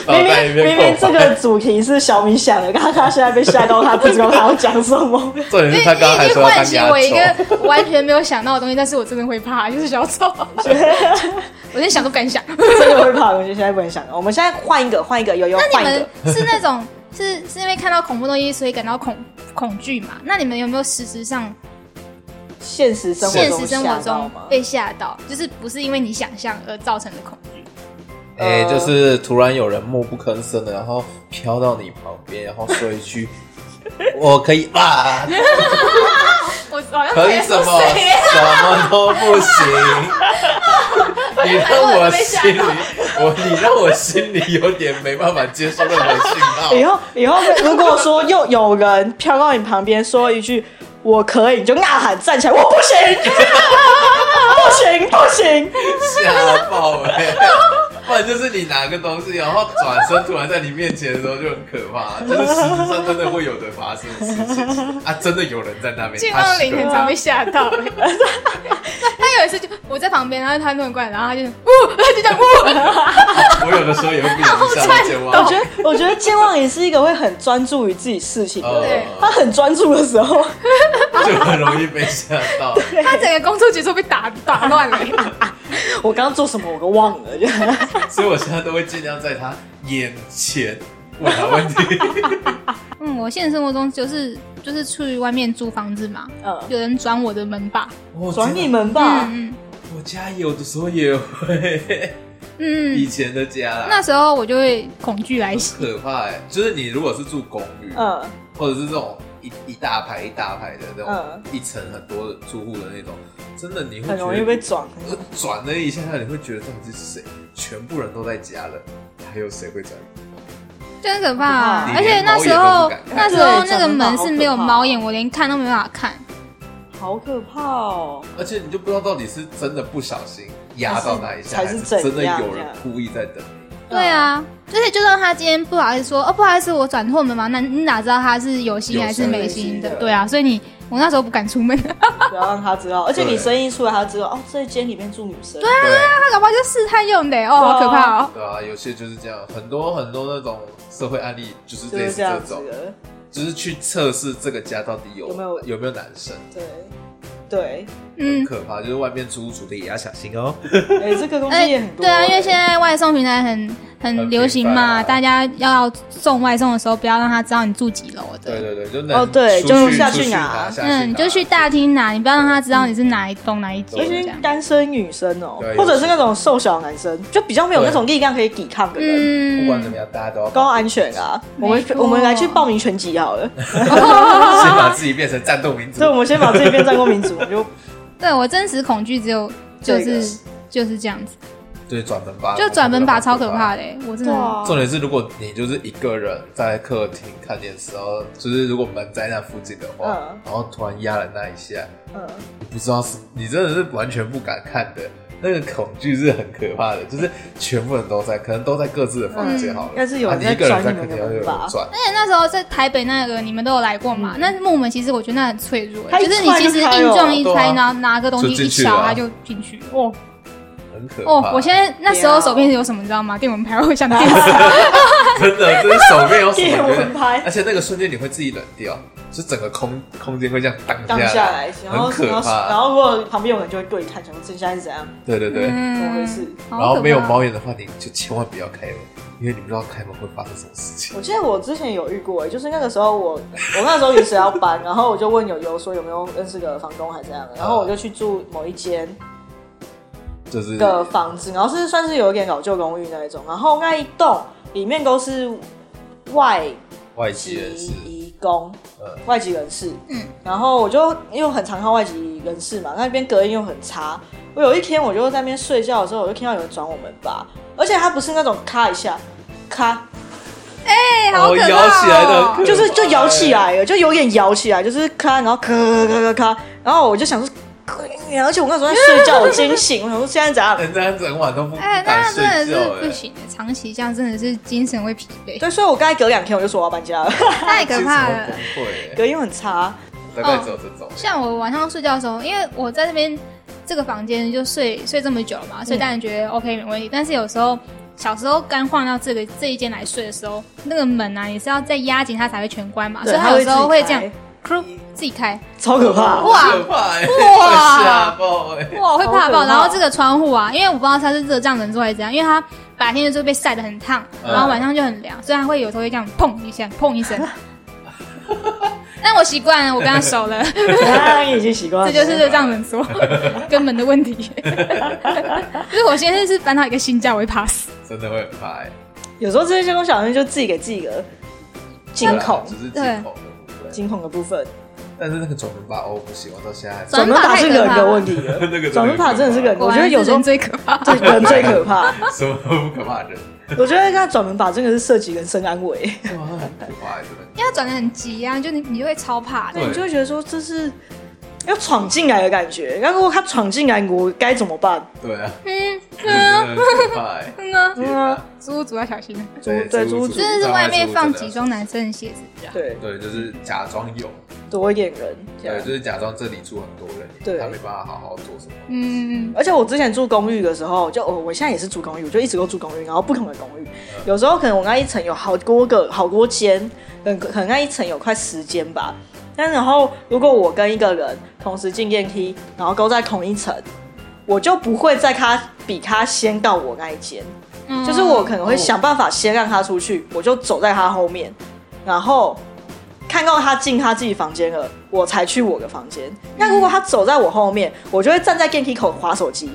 B: 脑
A: 明
B: 袋一
A: 明
B: 片
A: 明明这
B: 空白。
A: 个主题是小明想的，但他现在被吓到，他不知道他要讲什 么。
B: 重点
C: 你
B: 是他刚刚还
C: 已经
B: 说要
C: 唤
B: 当
C: 起
B: 压
C: 我一
B: 轴。
C: 个完全没有想到的东西，但是我真的会怕，就是小丑，我连想都不敢想。
A: 这个会怕的东西现在不能想。我们现在换一个，换一个，悠悠
C: 那
A: 换
C: 你
A: 一个
C: 们。是那种是是因为看到恐怖东西所以感到恐恐惧嘛？那你们有没有实质上
A: 现实生活
C: 现
A: 中
C: 实生活
A: 吓到
C: 中
A: 吗？
C: 被吓到，就是不是因为你想象而造成的恐惧？
B: 哎、就是突然有人默不吭声的，然后飘到你旁边，然后说一句：“我可以吧？”
C: 我好像
B: 可以什么什么都不行。你让我心里，我你让我心里有点没办法接受任何信号。
A: 以后以后如果说又有人飘到你旁边说一句“我可以”，你就呐喊站起来，我不行， 不行，不行。
B: 吓爆哎、不然就是你拿个东西，然后转身突然在你面前的时候就很可怕，就是实际上真的会有的发生的事情啊！真的有人在那边，
C: 俊
B: 他
C: 奥
B: 是啊
C: 林
B: 个
C: 很
B: 人
C: 常被吓到、欸， 他有一次就我在旁边，然后他突然过来，然后他就呜，他就讲呜，
B: 我有的时候也会不小心吓到健
A: 我
B: 忘
A: 觉。得，我觉得健忘也是一个会很专注于自己事情的人。
C: 对
A: 他
B: 呃，
A: 很专注的时候，
B: 就很容易被吓 到。
C: 他整个工作节奏被打打乱了、欸。
A: 我刚刚做什么我都忘 了。就
B: 所以我现在都会尽量在他眼前问 他问题。
C: 嗯，我现实生活中就是就是出去外面租房子嘛，
A: 嗯，
C: 有人转我的门把，
B: 我
A: 转你
B: 真的，
A: 们吧。
C: 嗯
B: 我家有的时候也会，
C: 嗯嗯
B: 以，前的家啦，
C: 那时候我就会恐惧来袭。
B: 很可怕哎、就是你如果是住公寓，
A: 嗯，
B: 或者是这种一一大排一大排的那种
A: 嗯，
B: 一层很多住户的那种，真的你会
A: 很容易
B: 觉得
A: 被转。
B: 呃转了一下下，你会觉得到底是谁？全部人都在家了，还有谁会转？
C: 就很可怕、啊
B: 你，
C: 而
B: 连
C: 且
B: 嗯
C: 那
B: 猫
C: 时
B: 眼都不
C: 候
B: 敢看
C: 那时候
A: 对
C: 那个门是没有
A: 真的好可怕
C: 猫眼，我连看都没办法看。
A: 好可怕哦！
B: 而且你就不知道到底是真的不小心压到那一下，
A: 还
B: 还
A: 是
B: 是
A: 才是
B: 真的
A: 怎样
B: 有人故意 在等。
C: 对啊，而且就算他今天不好意思说哦，不好意思，我转错门嘛，那你哪知道他是有心
B: 有
C: 还是
B: 心
C: 没
A: 没
C: 心
A: 心
C: 的？
A: 的
C: 对啊，所以你我那时候不敢出门， 啊他
A: 不要让他知道，而且
B: 对
A: 你声音出来，他知道哦，这一间里面住女生。对
B: 对
C: 搞不好就试探用的哦，好可怕哦。
B: 对啊，有些就是这样，很多很多那种社会案例就是
A: 就
B: 类
A: 是
B: 似
A: 这
B: 这
A: 样子
B: 种，
A: 的。
B: 就是去测试这个家到底有
A: 有没有嗯
B: 有没有男生。
A: 对，对，
B: 很
C: 嗯
B: 可怕，就是外面租屋主的也要小心哦。
A: 哎、这个东西也很多、哎
C: 对啊，因为现在外送平台很很
B: 很
C: 流行嘛，
B: 频繁啊
C: 大家要送外送的时候，不要让他知道你住几楼的。
B: 对对对，就能
A: 哦对
B: 出
A: 就
B: 去
A: 下
B: 出
A: 去
B: 去
A: 拿
B: 下啊
C: 嗯，你就去大厅拿，你不要让他知道你是哪一栋哪一
A: 尤
C: 间
A: 其
C: 这
A: 是
C: 样。
A: 单身女生哦、
B: 对
A: 或者是那种瘦小的男生，就比较没有那种力量可以抵抗的人。
B: 不管怎
C: 嗯
B: 么，样，大家都要
A: 高安全啊！我
C: 没
A: 们
C: 错
A: 我们来去报名拳击好了。
B: 先把自己变成战斗民族
A: 所以，。我们先把这边战功民族，我就
C: 对我真实恐惧只有 就
A: 这个
C: 是就是这样子，
B: 对，转门吧，
C: 就转门把超可怕
B: 的。
C: 的欸，我
A: 对
C: 真的
A: 啊，
B: 重点是，如果你就是一个人在客厅看电视，然后就是如果门在那附近的话，
A: 嗯
B: 然后突然压了那一下，
A: 嗯，
B: 你不知道是你真的是完全不敢看的，那个恐惧是很可怕的，就是全部人都在，可能都在各自的房间好了，
A: 嗯但是有
B: 啊
A: 人
B: 你
A: 在
B: 一个人
A: 转
B: 在
A: 你
B: 客
A: 们
B: 厅，
A: 的
B: 然后有
A: 门
B: 人
A: 吧
B: 转，
C: 而且那时候在台北那个你们都有来过嘛？
A: 嗯
C: 那木门其实我觉得那很脆弱欸，
A: 它一
C: 就是你其实
A: 踹就开
C: 硬
A: 了
C: 撞一
B: 对
C: 猜，
B: 啊
C: 然后拿个东西
B: 就
C: 一
B: 进去了
C: 敲，
B: 啊
C: 它就进去了。
A: 哦，
B: 很可怕。
C: 哦，我现在那时候手边有什么你知道吗？电蚊拍， 我想电死。
B: 真的，真的手面有什
A: 电
B: 么觉
A: 蚊
B: 得，
A: 拍
B: 而且那个瞬间你会自己冷掉，就整个空空间会这样荡
A: 刚
B: 下
A: 下来，然后
B: 很可
A: 然后然
B: 怕。
A: 后如果旁边有人就会对看，想说这现在是怎样，
B: 对对对，
A: 怎么回
C: 嗯，
A: 事？
C: 好
B: 然后
C: 可
B: 没有
C: 怕
B: 猫眼的话，你就千万不要开门，因为你不知道开门会发生什么事情。
A: 我记得我之前有遇过、欸，就是那个时候我我那时候也是要搬， 然后我就问友友说有没有认识个房东还这样的，然后我就去住某一间
B: 就是
A: 的房子，然后是算是有一点老旧公寓那一种，然后那一栋里面都是外
B: 外籍
A: 籍
B: 人士，
A: 移工，
B: 嗯，
A: 外籍人士，
C: 嗯
A: 然后我就因为很常看外籍人士嘛，那边隔音又很差。我有一天我就在那边睡觉的时候，我就听到有人转我们吧，而且他不是那种咔一下，咔，
C: 哎，好
B: 哦，
C: 可怕哦！
B: 摇起来哎的很可哎怕，
A: 就是就摇起来了，就有点摇起来，就是咔，然后咔咔咔咔咔，然后我就想说，而且我那时候在睡觉，我惊醒，我想说现在怎样？
B: 哎人家整晚都不不
C: 哎，
B: 敢
C: 那
B: 睡
C: 真
B: 觉，
C: 的是
B: 哎
C: 不，行欸，长期这样真的是精神会疲惫，
A: 对，啊所以我刚才隔两天我就说我要搬家了，
C: 太可怕
B: 精神会
C: 了哦
B: 崩。溃，哎
A: 隔音很
C: 啊
A: 差，
B: 大概只有这种。
C: 像我晚上睡觉的时候，因为我在这边这个房间就睡睡这么久了嘛，所以当然觉得 OK 没问题。但是有时候小时候刚换到这个这一间来睡的时候，那个门啊，你是要再压紧它才会全关嘛，所
A: 对
C: 以它有时候
A: 它会
C: 会
A: 自己
C: 这样
A: 开
C: c 自己开，
A: 超可怕。
C: 哇
B: 很可怕哎，
C: 哇
B: 会吓爆哎！
C: 哇，我会怕
A: 好可
C: 爆。
A: 怕
C: 然后这个窗户啊，因为我不知道它是热胀冷缩还是怎样，因为它白天就是被晒得很烫，
B: 嗯
C: 然后晚上就很凉，所以它会有时候会这样砰一下，砰一声。 但我习惯了，我跟他 熟了，
A: 啊，你已经习惯
C: 这
A: 了，
C: 就是热胀 冷缩根本的问题。就是我现在是搬到一个新家，我会怕死。
B: 真的会很怕哎，
A: 有时候这些东西好像就自己给自己的惊恐
B: 啊只是惊
C: 对
B: 恐的部分。
A: 惊恐的部分。
B: 但是那个转轮吧，哦，我不喜欢，到现在还在
C: 转
A: 转轮
C: 轮塔
A: 塔
C: 太
A: 是
C: 可
A: 人
C: 怕了
A: 的问题了，
B: 那个
A: 转轮塔真的是人，
B: 可
A: 我觉得有时
C: 果然是
A: 候
C: 人最可怕。
A: 对人最可怕。
B: 怕什么都不可怕的人，
A: 我觉得那转轮塔真的是涉及人身安危，
B: 哇，很可怕，哎真的。
C: 因为它转的很急啊，就你你就会超怕的
B: 对。
A: 你就会觉得说这是要闯进来的感觉。那如果他闯进来，我该怎么办？
B: 对啊，
C: 嗯
B: 真的很可怕哎。
C: 嗯啊，
B: 天哪
C: 租屋主要小心，
A: 对
B: 对
A: 猪
B: 猪
C: 真的是外面放几双男生的鞋子这样。
A: 对，
B: 对，就是假装有，
A: 多一点人这
B: 对，
A: 样
B: 就。是假装这里住很多人，
A: 对
B: 他没办法好好做什么。
C: 嗯，
A: 而且我之前住公寓的时候，就我我现在也是住公寓，我就一直都住公寓，然后不同的公寓，有时候可能我那一层有好多个好多间，可能可能那一层有快十间吧。但然后如果我跟一个人同时进电梯，然后都在同一层，我就不会在他比他先到我那一间，
C: 嗯
A: 就是我可能会想办法先让他出去，我就走在他后面，然后看到他进他自己房间了，我才去我的房间。那如果他走在我后面，我就会站在电梯口划手机，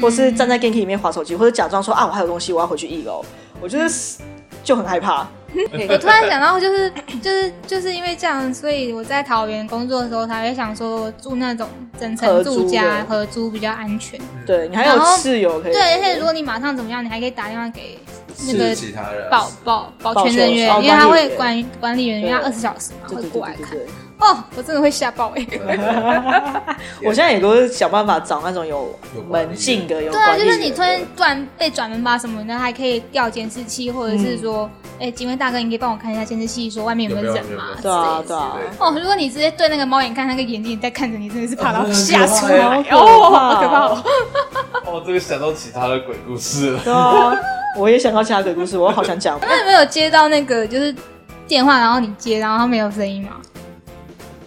A: 或是站在电梯里面划手机，或者假装说啊我还有东西，我要回去一楼。我就是就很害怕，
C: 我突然想到，就是 就是就是因为这样，所以我在桃园工作的时候，才会想说住那种整层住家
A: 合租的
C: 合租比较安全。
A: 对你还有
C: 然后
A: 室友可以
C: 对，而且如果你马上怎么样，你还可以打电话给那
B: 是
C: 个
B: 其他人
C: 保保保全人员，
A: 保全
C: 因为他
A: 哦管理
C: 会
A: 员
C: 管管理人员，他
A: 对
C: 二十小时嘛
A: 对
C: 会
A: 对
C: 过
A: 对
C: 来
A: 对
C: 看。
A: 对。
C: 哦，我真的会吓爆哎、欸！
A: 我现在也都是想办法找那种有
B: 有管理
A: 门禁的，有
C: 对啊，
A: 管理
C: 就是你
A: 的
C: 突然突然被转门吧什么的，还可以调监视器，或者是说，哎、警卫大哥，你可以帮我看一下监视器，说外面有没有人嘛？
A: 对啊
C: 之
A: 对
C: 类的
A: 啊，
C: 哦，如果你直接对那个猫眼看，那个眼睛也在看着你，真的是怕到
B: 哦
C: 吓出来
A: 好可怕
C: 哦，好可怕哦！
B: 哦，这个想到其他的鬼故事了。
A: 对 啊，我也想到其他鬼故事，我好 想讲。
C: 那你们有接到那个就是电话，然后你接，然后他没有声音吗？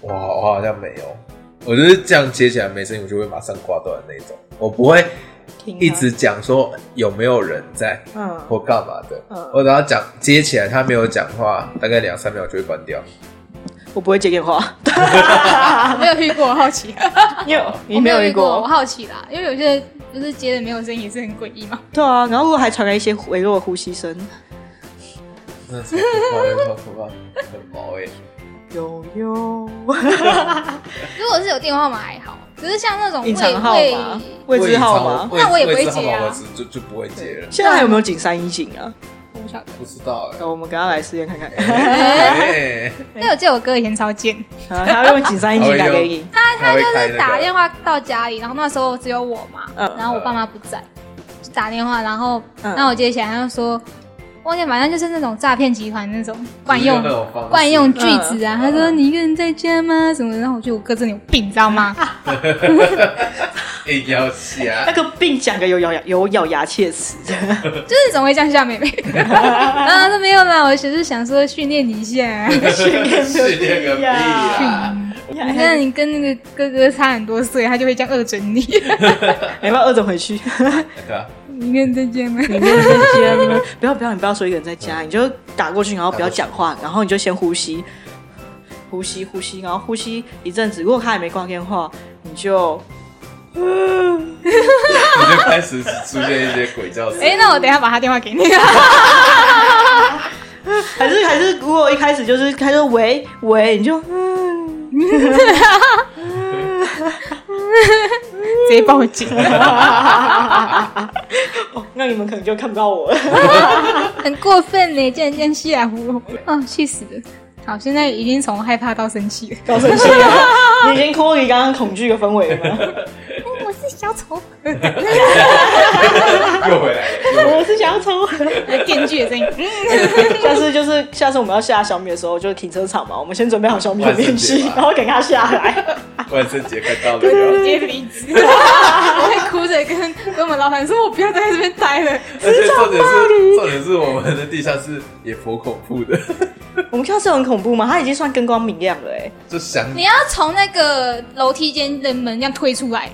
B: 哇，我好像没有，我就是这样接起来没声音，我就会马上挂断的那种，我不会
A: 听
B: 一
A: 啊
B: 直讲说有没有人在
A: 嗯
B: 或干嘛的，
A: 嗯，
B: 我只要讲接起来他没有讲话，大概两三秒就会关掉。
A: 我不会接电话，
C: 我没有遇过，我好奇。
A: 你 有啊你
C: 我
A: 没
C: 没
A: 有遇
C: 遇我
A: 过？
C: 好奇啦，因为有些不是接的没有声音也是很诡异嘛。
A: 对啊，然后如果还传来一些微弱的呼吸声，嗯
B: 那超可怕，那超可怕，很毛哎、
A: 有有
C: 如果是有电话号码还好，只是像那种
A: 隐藏
C: 位
A: 号
C: 位
A: 码、位置号码。
C: 那我也不会接啊
B: 我就就不会接了，
A: 现在还有没有井山一井啊？
C: 我不晓得。
B: 不知道哎、
A: 那我们给他来试验看看。
B: 欸。
A: 哎
C: 因为我记得我哥以前超贱，
A: 啊，他用井山一井打给你，
B: 他他就
C: 就是打电话到家里，然后那时候只有我嘛，
A: 嗯
C: 然后我爸妈不在，就打电话，然后
A: 嗯
C: 然后我接起来，他就说，忘记，反正就是那种诈骗集团那种惯用
B: 就是那种方式
C: 惯用 句子啊，
B: 嗯
C: 他说你一个人在家吗？什么的？然后我觉得我哥真的有病，你知 道吗？
B: 硬要啊
A: 那
B: 下，
A: 个并讲个有咬牙有咬牙切齿。
C: 就是总会这样吓妹 妹。然后他说没有啦，我只是想说训练你一下、啊，
A: 训练个
B: 训练个屁
A: 屁呀
B: 啊！
C: 你看你跟那个哥哥差很多岁，他就会这样恶整 你。
A: 你要不要二整回去？
B: 对啊，
C: 你一个人在家吗？
A: 一个 人在家吗？不要不要，你不要说一个人在家，你就打过去，然后不要讲话，然后你就先呼吸，呼吸呼吸，然后呼吸一阵子。如果他还没挂电话，你就
B: 你就开始出现一些鬼叫声
C: 哎、。那我等一下把他电话给你。
A: 还是还是，如果一开始就是他就喂喂，你就嗯，
C: 直接报警，
A: 哦那你们可能就看不到我了。
C: 很过分呢，竟然这样吓我，啊，气死了！好，现在已经从害怕到生气了。
A: 高升气啊！你已经脱离刚刚恐惧的氛围了吗？
C: 哦我是小丑，哎
B: 又回来了，又回来
A: 我是小丑。
C: 电锯的 声音。
A: 下次就是下次我们要下小米的时候，就是停车场嘛，我们先准备好小米的面具，
B: 万圣节吧
A: 然后给它下 来。
B: 了万圣节快到了哟，
C: 接离职，我会哭着跟跟我们老板说，我不要待在这边待了。
B: 而且重点是重点是我们的地下室也颇恐怖的，
A: 我们看到这很恐怖吗？它已经算灯光明亮了哎、
B: 就想
C: 你要从那个楼梯间的门这样推出来。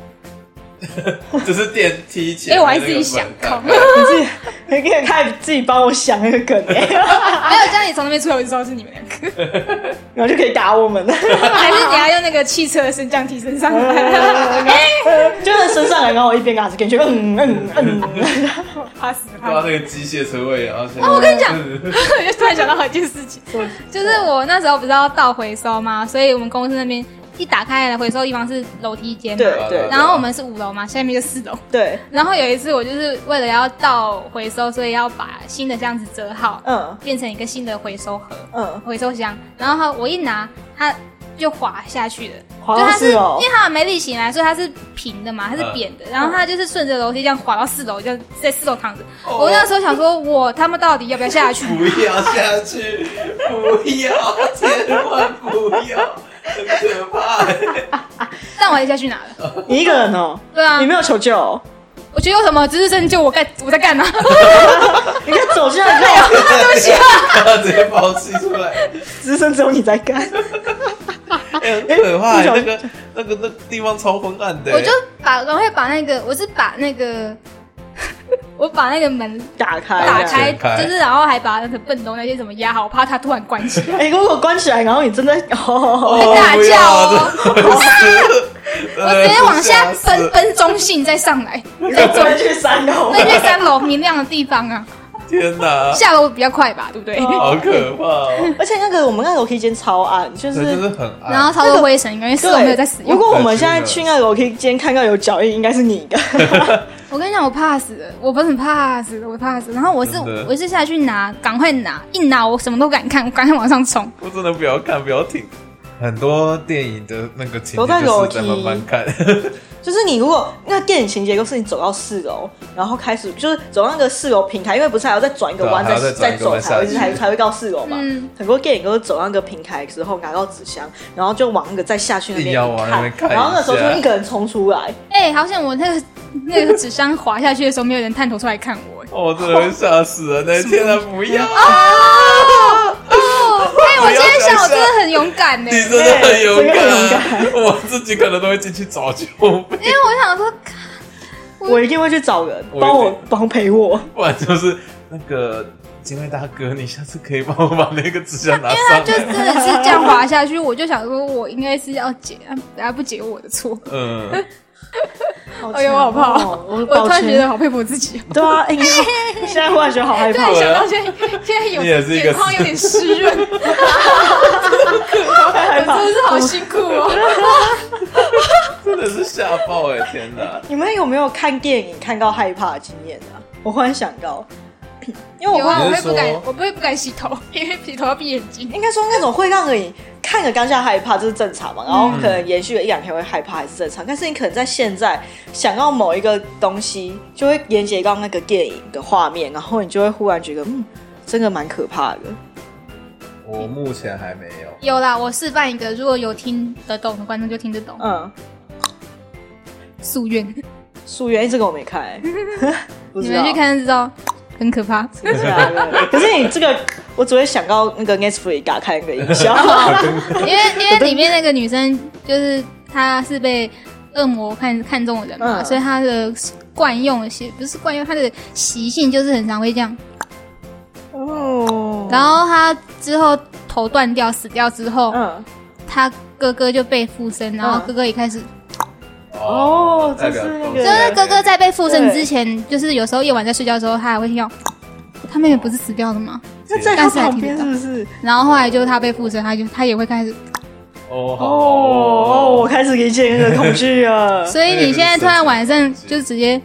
B: 就是电梯前，
C: 哎、我还自己想，靠，没有
A: 你自己，你可以开始自己帮我想那个梗哎、
C: 这样，你从那边出来我就知道是 你们两个。
A: 然后就可以打我们了，
C: 还是你要用那个汽车的升降梯升上 来？
A: 就是升上来，然后我一边给它跟去嗯嗯嗯，
C: 怕死了，
B: 到
C: 怕死了。
B: 那个机械车位，然后
C: 啊，我
B: 想
C: 跟你讲，我就突然想到一件事情，
A: 嗯
C: 就是我那时候不是要倒回收吗？所以我们公司那边一打开的回收地方是楼梯间嘛，
A: 对
B: 啊
A: 对
C: 然后我们是五楼嘛，下面就四楼。
A: 对，
C: 然后有一次我就是为了要倒回收，所以要把新的箱子折好，
A: 嗯
C: 变成一个新的回收盒、
A: 嗯，
C: 回收箱。然后我一拿它。就滑下去了，
A: 滑
C: 就
A: 到
C: 它是
A: 四楼嗯
C: 因为它没力起来，所以它是平的嘛，它是扁的，然后它就是顺着楼梯这样滑到四楼，就在四楼躺着。
A: 哦
C: 我那时候想说，我他们到底要不要 下去？
B: 不要下去， 不要，千万不要，很可怕。
C: 但我还是下去拿了。
A: 你一个人哦、
C: 对啊
A: 你，没有求救哦、
C: 我觉得有什么知识证就我干我在干啊嘛？
A: 你看走进来看，
B: 然后直接抛弃出来，
A: 直 升只有你在干，
B: 哎很可怕、
A: 不小
B: 那
A: 心
B: 个那个那地方超昏暗的、
C: 我就把我会把那个我是把那个 我把那个门
A: 打开
C: 打
B: 打
C: 开，
B: 全开
C: 就是然后还把那个笨东那些什么压好，我怕它突然关起来。
A: 哎、如果关起来，然后你真的哦，
B: 哦
C: 大叫哦
B: 不要这
C: 我直接往
B: 吓
C: 下
B: 死
C: 奔奔中性再上 来，
A: 你再钻去三楼
C: 那在三楼明亮的地方 啊，
B: 天 哪，
C: 下楼比较快吧，对不对？
B: 好可怕、哦！
A: 而且那个我们那楼梯间超暗，就
B: 这就是
A: 是。
B: 很暗，
C: 然后超多灰尘，因为四楼没有在使
A: 如
C: 用。
A: 果我们现在去那个楼梯间看到有脚印，应该是你的。
C: 我跟你讲，我怕死了，我不是很怕死了，我怕死了。然后我是
B: 真的
C: 我是下去拿，赶快拿，一拿我什么都敢看，我赶快往上冲。
B: 我真的不要看，不要听。很多电影的那个情
A: 都
B: 节
A: 在
B: 就
A: 楼
B: 是
A: 梯
B: 在慢慢看，
A: 就是你如果那电影情节就是你走到四楼，然后开始就是走到那个四楼平台，因为不是还要再转一个弯，
B: 对啊还要再转
A: 再
B: 一个
A: 走
B: 弯
A: 才会
B: 下去
A: 才才会到四楼嘛。
C: 嗯
A: 很多电影都是走到那个平台之后拿到纸箱，然后就往那个再下去那
B: 硬
A: 边
B: 要往那边看一下
A: 然后那时候就一个人冲出来，
C: 哎、好像我那个 那个纸箱滑下去的时候，没有人探头出来看 我、哎
B: 哦我真的会吓 哎死人！那天啊，不要！
C: 哎哦，哎、我今天想，我真的很勇敢呢、
B: 你真的很勇
A: 对
B: 敢啊，
A: 真的
B: 我自己可能都会进去找救兵，
C: 因为我想说，嗯
A: 我一定会去找人
B: 我
A: 帮我帮陪我。
B: 不然就是那个警卫大哥，你下次可以帮我把那个纸箱拿
C: 他
B: 上
C: 就真
B: 来。
C: 的是这样滑下去，我就想说，我应该是要解，啊不解我的错。
B: 嗯，
C: 哎呦，我好怕
A: 强
C: 哦
A: 哦！
C: 我
A: 我
C: 突
A: 抱
C: 然
A: 歉
C: 觉得好佩服自己哦。
A: 对啊，哎、 你好现在忽然觉得好害
C: 突
A: 怕
C: 然
B: 对。
C: 想到，现在现在有
B: 你也是一个
C: 眼眶有点湿 润，真的是好辛苦 哦。
B: 真的是吓爆哎、天哪！
A: 你们有没有看电影看到害怕的经验啊？我忽然想到， 因为
C: 有
A: 我
C: 啊，
A: 会
B: 你
C: 我
B: 是
C: 会不敢
B: 说，
C: 我不会不敢洗头，因为洗头要闭眼睛。
A: 应该说那种会让你看个当下害怕，这是正常嘛。
C: 嗯
A: 然后可能延续了一两天会害怕，还是正常。但是你可能在现在想到某一个东西，就会连接到那个电影的画面，然后你就会忽然觉得，嗯，真的蛮可怕的。
B: 我目前还没有。
C: 有啦，我示范一个，如果有听得懂的观众就听得懂。
B: 啊
A: 嗯，
C: 夙愿，
A: 溯源这个我没看、欸， 不
C: 你
A: 知道
C: 们去看就知道，很可怕。
A: 不知道对 可是你这个，我只会想到那个 Netflix 打开那个哦音 效。
C: 因为因为里面那个女生就是她是被恶魔看看中的人嘛，
A: 嗯
C: 所以她的惯用习不是惯用，她的习性就是很常会这样。
A: 哦，
C: 然后她之后头断掉死掉之后，
A: 嗯，
C: 她哥哥就被附身，然后
A: 嗯
C: 哥哥也开始，
A: 哦这是那个
C: 就
A: 对
C: 是哥哥在被附身
A: 对
C: 之前，就是有时候夜晚在睡觉的时候，他还会听到。他妹妹不是死掉了吗？
A: 那在他
C: 但是还
A: 旁
C: 听得
A: 边
C: 到
A: 是不是？
C: 然后后来就是他被附身，他就他也会开始。
B: 哦好
A: 哦，我开始理解那个恐惧啊 了，
C: 所以你现在突然晚上就直接，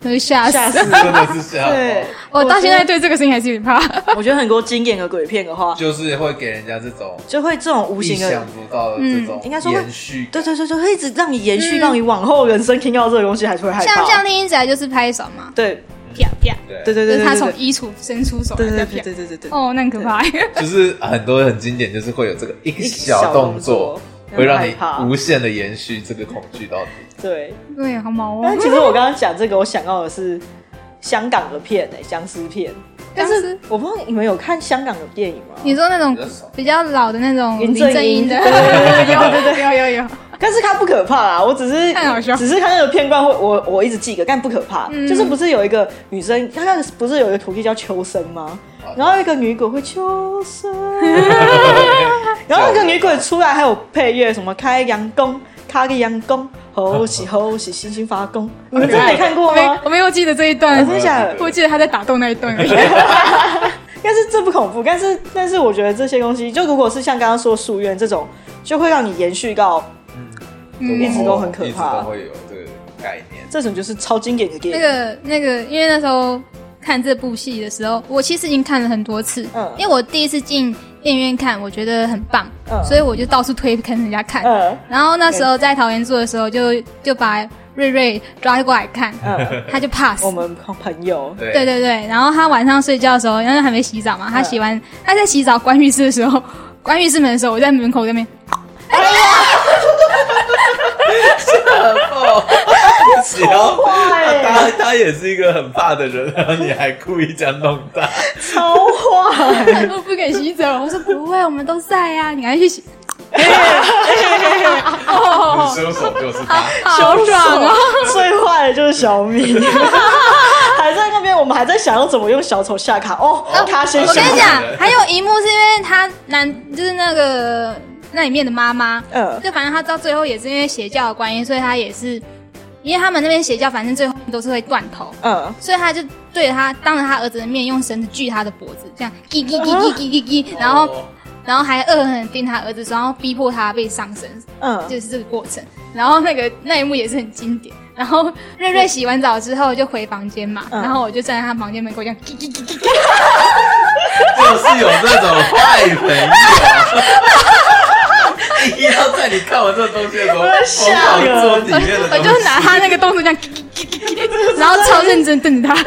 C: 就吓死
A: 吓。死！
B: 真的是吓
A: 对
B: 爆，，
C: 我到现在对这个事情还是有点怕。
A: 我觉得很多经典的鬼片的话，
B: 就是会给人家这种
A: 就会这种无
B: 意
A: 形的
B: 想，不到的这种
A: 嗯应该说会
B: 延续
A: 对
B: 感。
A: 对对，就会一直让你延续，
C: 嗯
A: 让你往后人生听到这个东西还是会害怕
C: 像。像听起来就是拍手嘛，
A: 对
C: 啪啪，
A: 对对
B: 对
C: 就
A: 对
C: 是
A: 对，
C: 他从衣橱伸出手，
A: 对对
C: 来，
A: 对对
C: 啪啪。
A: 对对对对，
C: 哦，那很可怕。
B: 就是很多很经典，就是会有这个一个小动作，会让你
A: 害怕。
B: 无限的延续这个恐惧到底。
A: 对，
C: 对，好毛
A: 但
C: 哦。
A: 其实我刚刚讲这个，我想到的是香港的片诶，僵尸片。但
C: 僵
A: 是
C: 尸
A: 我不知道你们有看香港的电影吗？
C: 你说那种
B: 比较少
C: 比较老的那种
A: 林
C: 林
A: 正
C: 正英
A: 英
C: 的，
A: 对对对对对对
C: 有有有，
A: 但是它不可怕啊，我只是
C: 太好笑
A: 只是看那个片段会，我我一直记得，但不可怕。
C: 嗯
A: 就是不是有一个女生，她那个不是有一个徒弟叫秋生吗？
B: 好
A: 然后有一个女鬼会秋生，然后那个女鬼出来还有配乐，什么开阳宫，开个阳宫，吼喜吼喜，星星发功。你们真的没看过
C: 我哦没
A: 吗？
C: 我没有记得这一段
A: 真，的假的？
C: 我记得他在打斗那一段 而已。
A: 但是这不恐怖，但是但是我觉得这些东西，就如果是像刚刚说夙愿这种，就会让你延续到
C: 嗯
A: 一直都很可怕
B: 一直都会有这个概念。
A: 这种就是超经典的电
C: 那
A: 影。
C: 个那个，因为那时候看这部戏的时候，我其实已经看了很多次，
A: 嗯
C: 因为我第一次进电影院看，我觉得很棒，
A: 嗯
C: 所以我就到处推坑人家看。
A: 嗯
C: 然后那时候在桃园住的时候就，就把瑞瑞抓过来看，
A: 嗯，
C: 他就怕死
A: 我。们朋友，
B: 对
C: 对对对，然后他晚上睡觉的时候，因为还没洗澡嘛，
A: 嗯
C: 他洗完他在洗澡关浴室的时候，关浴室门的时候，我在门口那边，
B: 哦， 只要
A: 坏
B: 他他也是一个很怕的人，然后你还故意这样弄他，
A: 超坏。
C: 他说不给洗澡，我说不会，我们都在呀、你赶快去洗。
A: 哦
C: 哦
B: 你凶手就是他。
C: 好爽啊！！
A: 最坏的就是小米， 还在那边，我们还在想要怎么用小丑下卡哦，让他先
C: 我
A: 下
C: 跟
A: 卡。
C: 你讲，还有一幕是因为他男就是那个那里面的妈妈，
A: 嗯
C: 就反正他到最后也是因为邪教的关系，所以他也是因为他们那边邪教，反正最后都是会断头，
A: 嗯，
C: 所以他就对着他当着他儿子的面用绳子锯他的脖子，这样叽叽叽叽叽叽叽，然后
B: 哦
C: 然后还恶狠狠地盯他儿子，然后逼迫他被上身，
A: 嗯，
C: 就是这个过程。然后那个那一幕也是很经典。然后瑞瑞洗完澡之后就回房间嘛，
A: 嗯
C: 然后我就站在他房间门口这样叽叽叽叽叽。
B: 就是有这种坏人。 一定要在你看完这个东西的时候，
A: 我吓
B: 疯狂
A: 人
B: 做里面的
C: 我
B: 东西
C: 就，拿他那个动作这样，叽叽叽叽叽然后超认真瞪着他，
B: 吓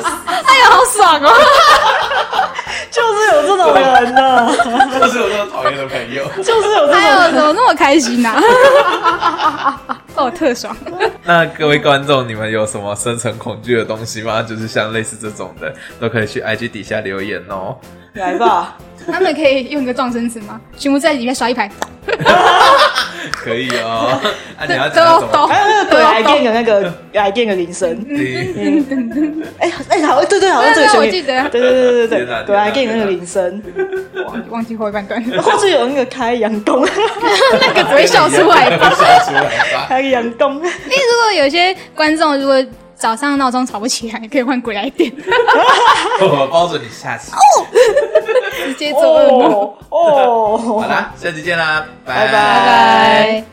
B: 死。
C: 哎呀，好爽 哦！
A: 就是有这种人 呢，
B: 就是有这种讨厌的朋友。
A: 就是有这种
C: 哎呦，
A: 人
C: 怎。么那么开心 呢、啊？哦，特爽！
B: 那各位观众，你们有什么深层恐惧的东西吗？就是像类似这种的，都可以去 IG 底下留言哦。
A: 来吧，
C: 他们可以用一个撞生词吗？全部在里面刷一排，
B: 可以哦。啊，你要
C: 都
B: 讲到什么？
C: 都嗯
A: 还有那个鬼来电的那个来电的铃声，
B: 叮
A: 哎哎，好，对对，好像这
C: 对
A: 个
C: 对
A: 旋
C: 我
A: 律，
C: 记得
A: 对对对对
B: 天哪
A: 对，鬼来电
B: 天哪
A: 的那个铃声，
C: 忘忘记后半段，
A: 或者有那个开阳洞，
C: 那个不会笑出
B: 哎
C: 来吧？
B: 笑出来吧。
A: 开阳洞，
C: 因为如果有些观众如果早上闹钟吵不起来，可以换鬼来点，
B: 我包准你下期。
C: 直接做噩梦。
A: 哦哦
B: 好。啦，下期见啦，
A: 拜拜。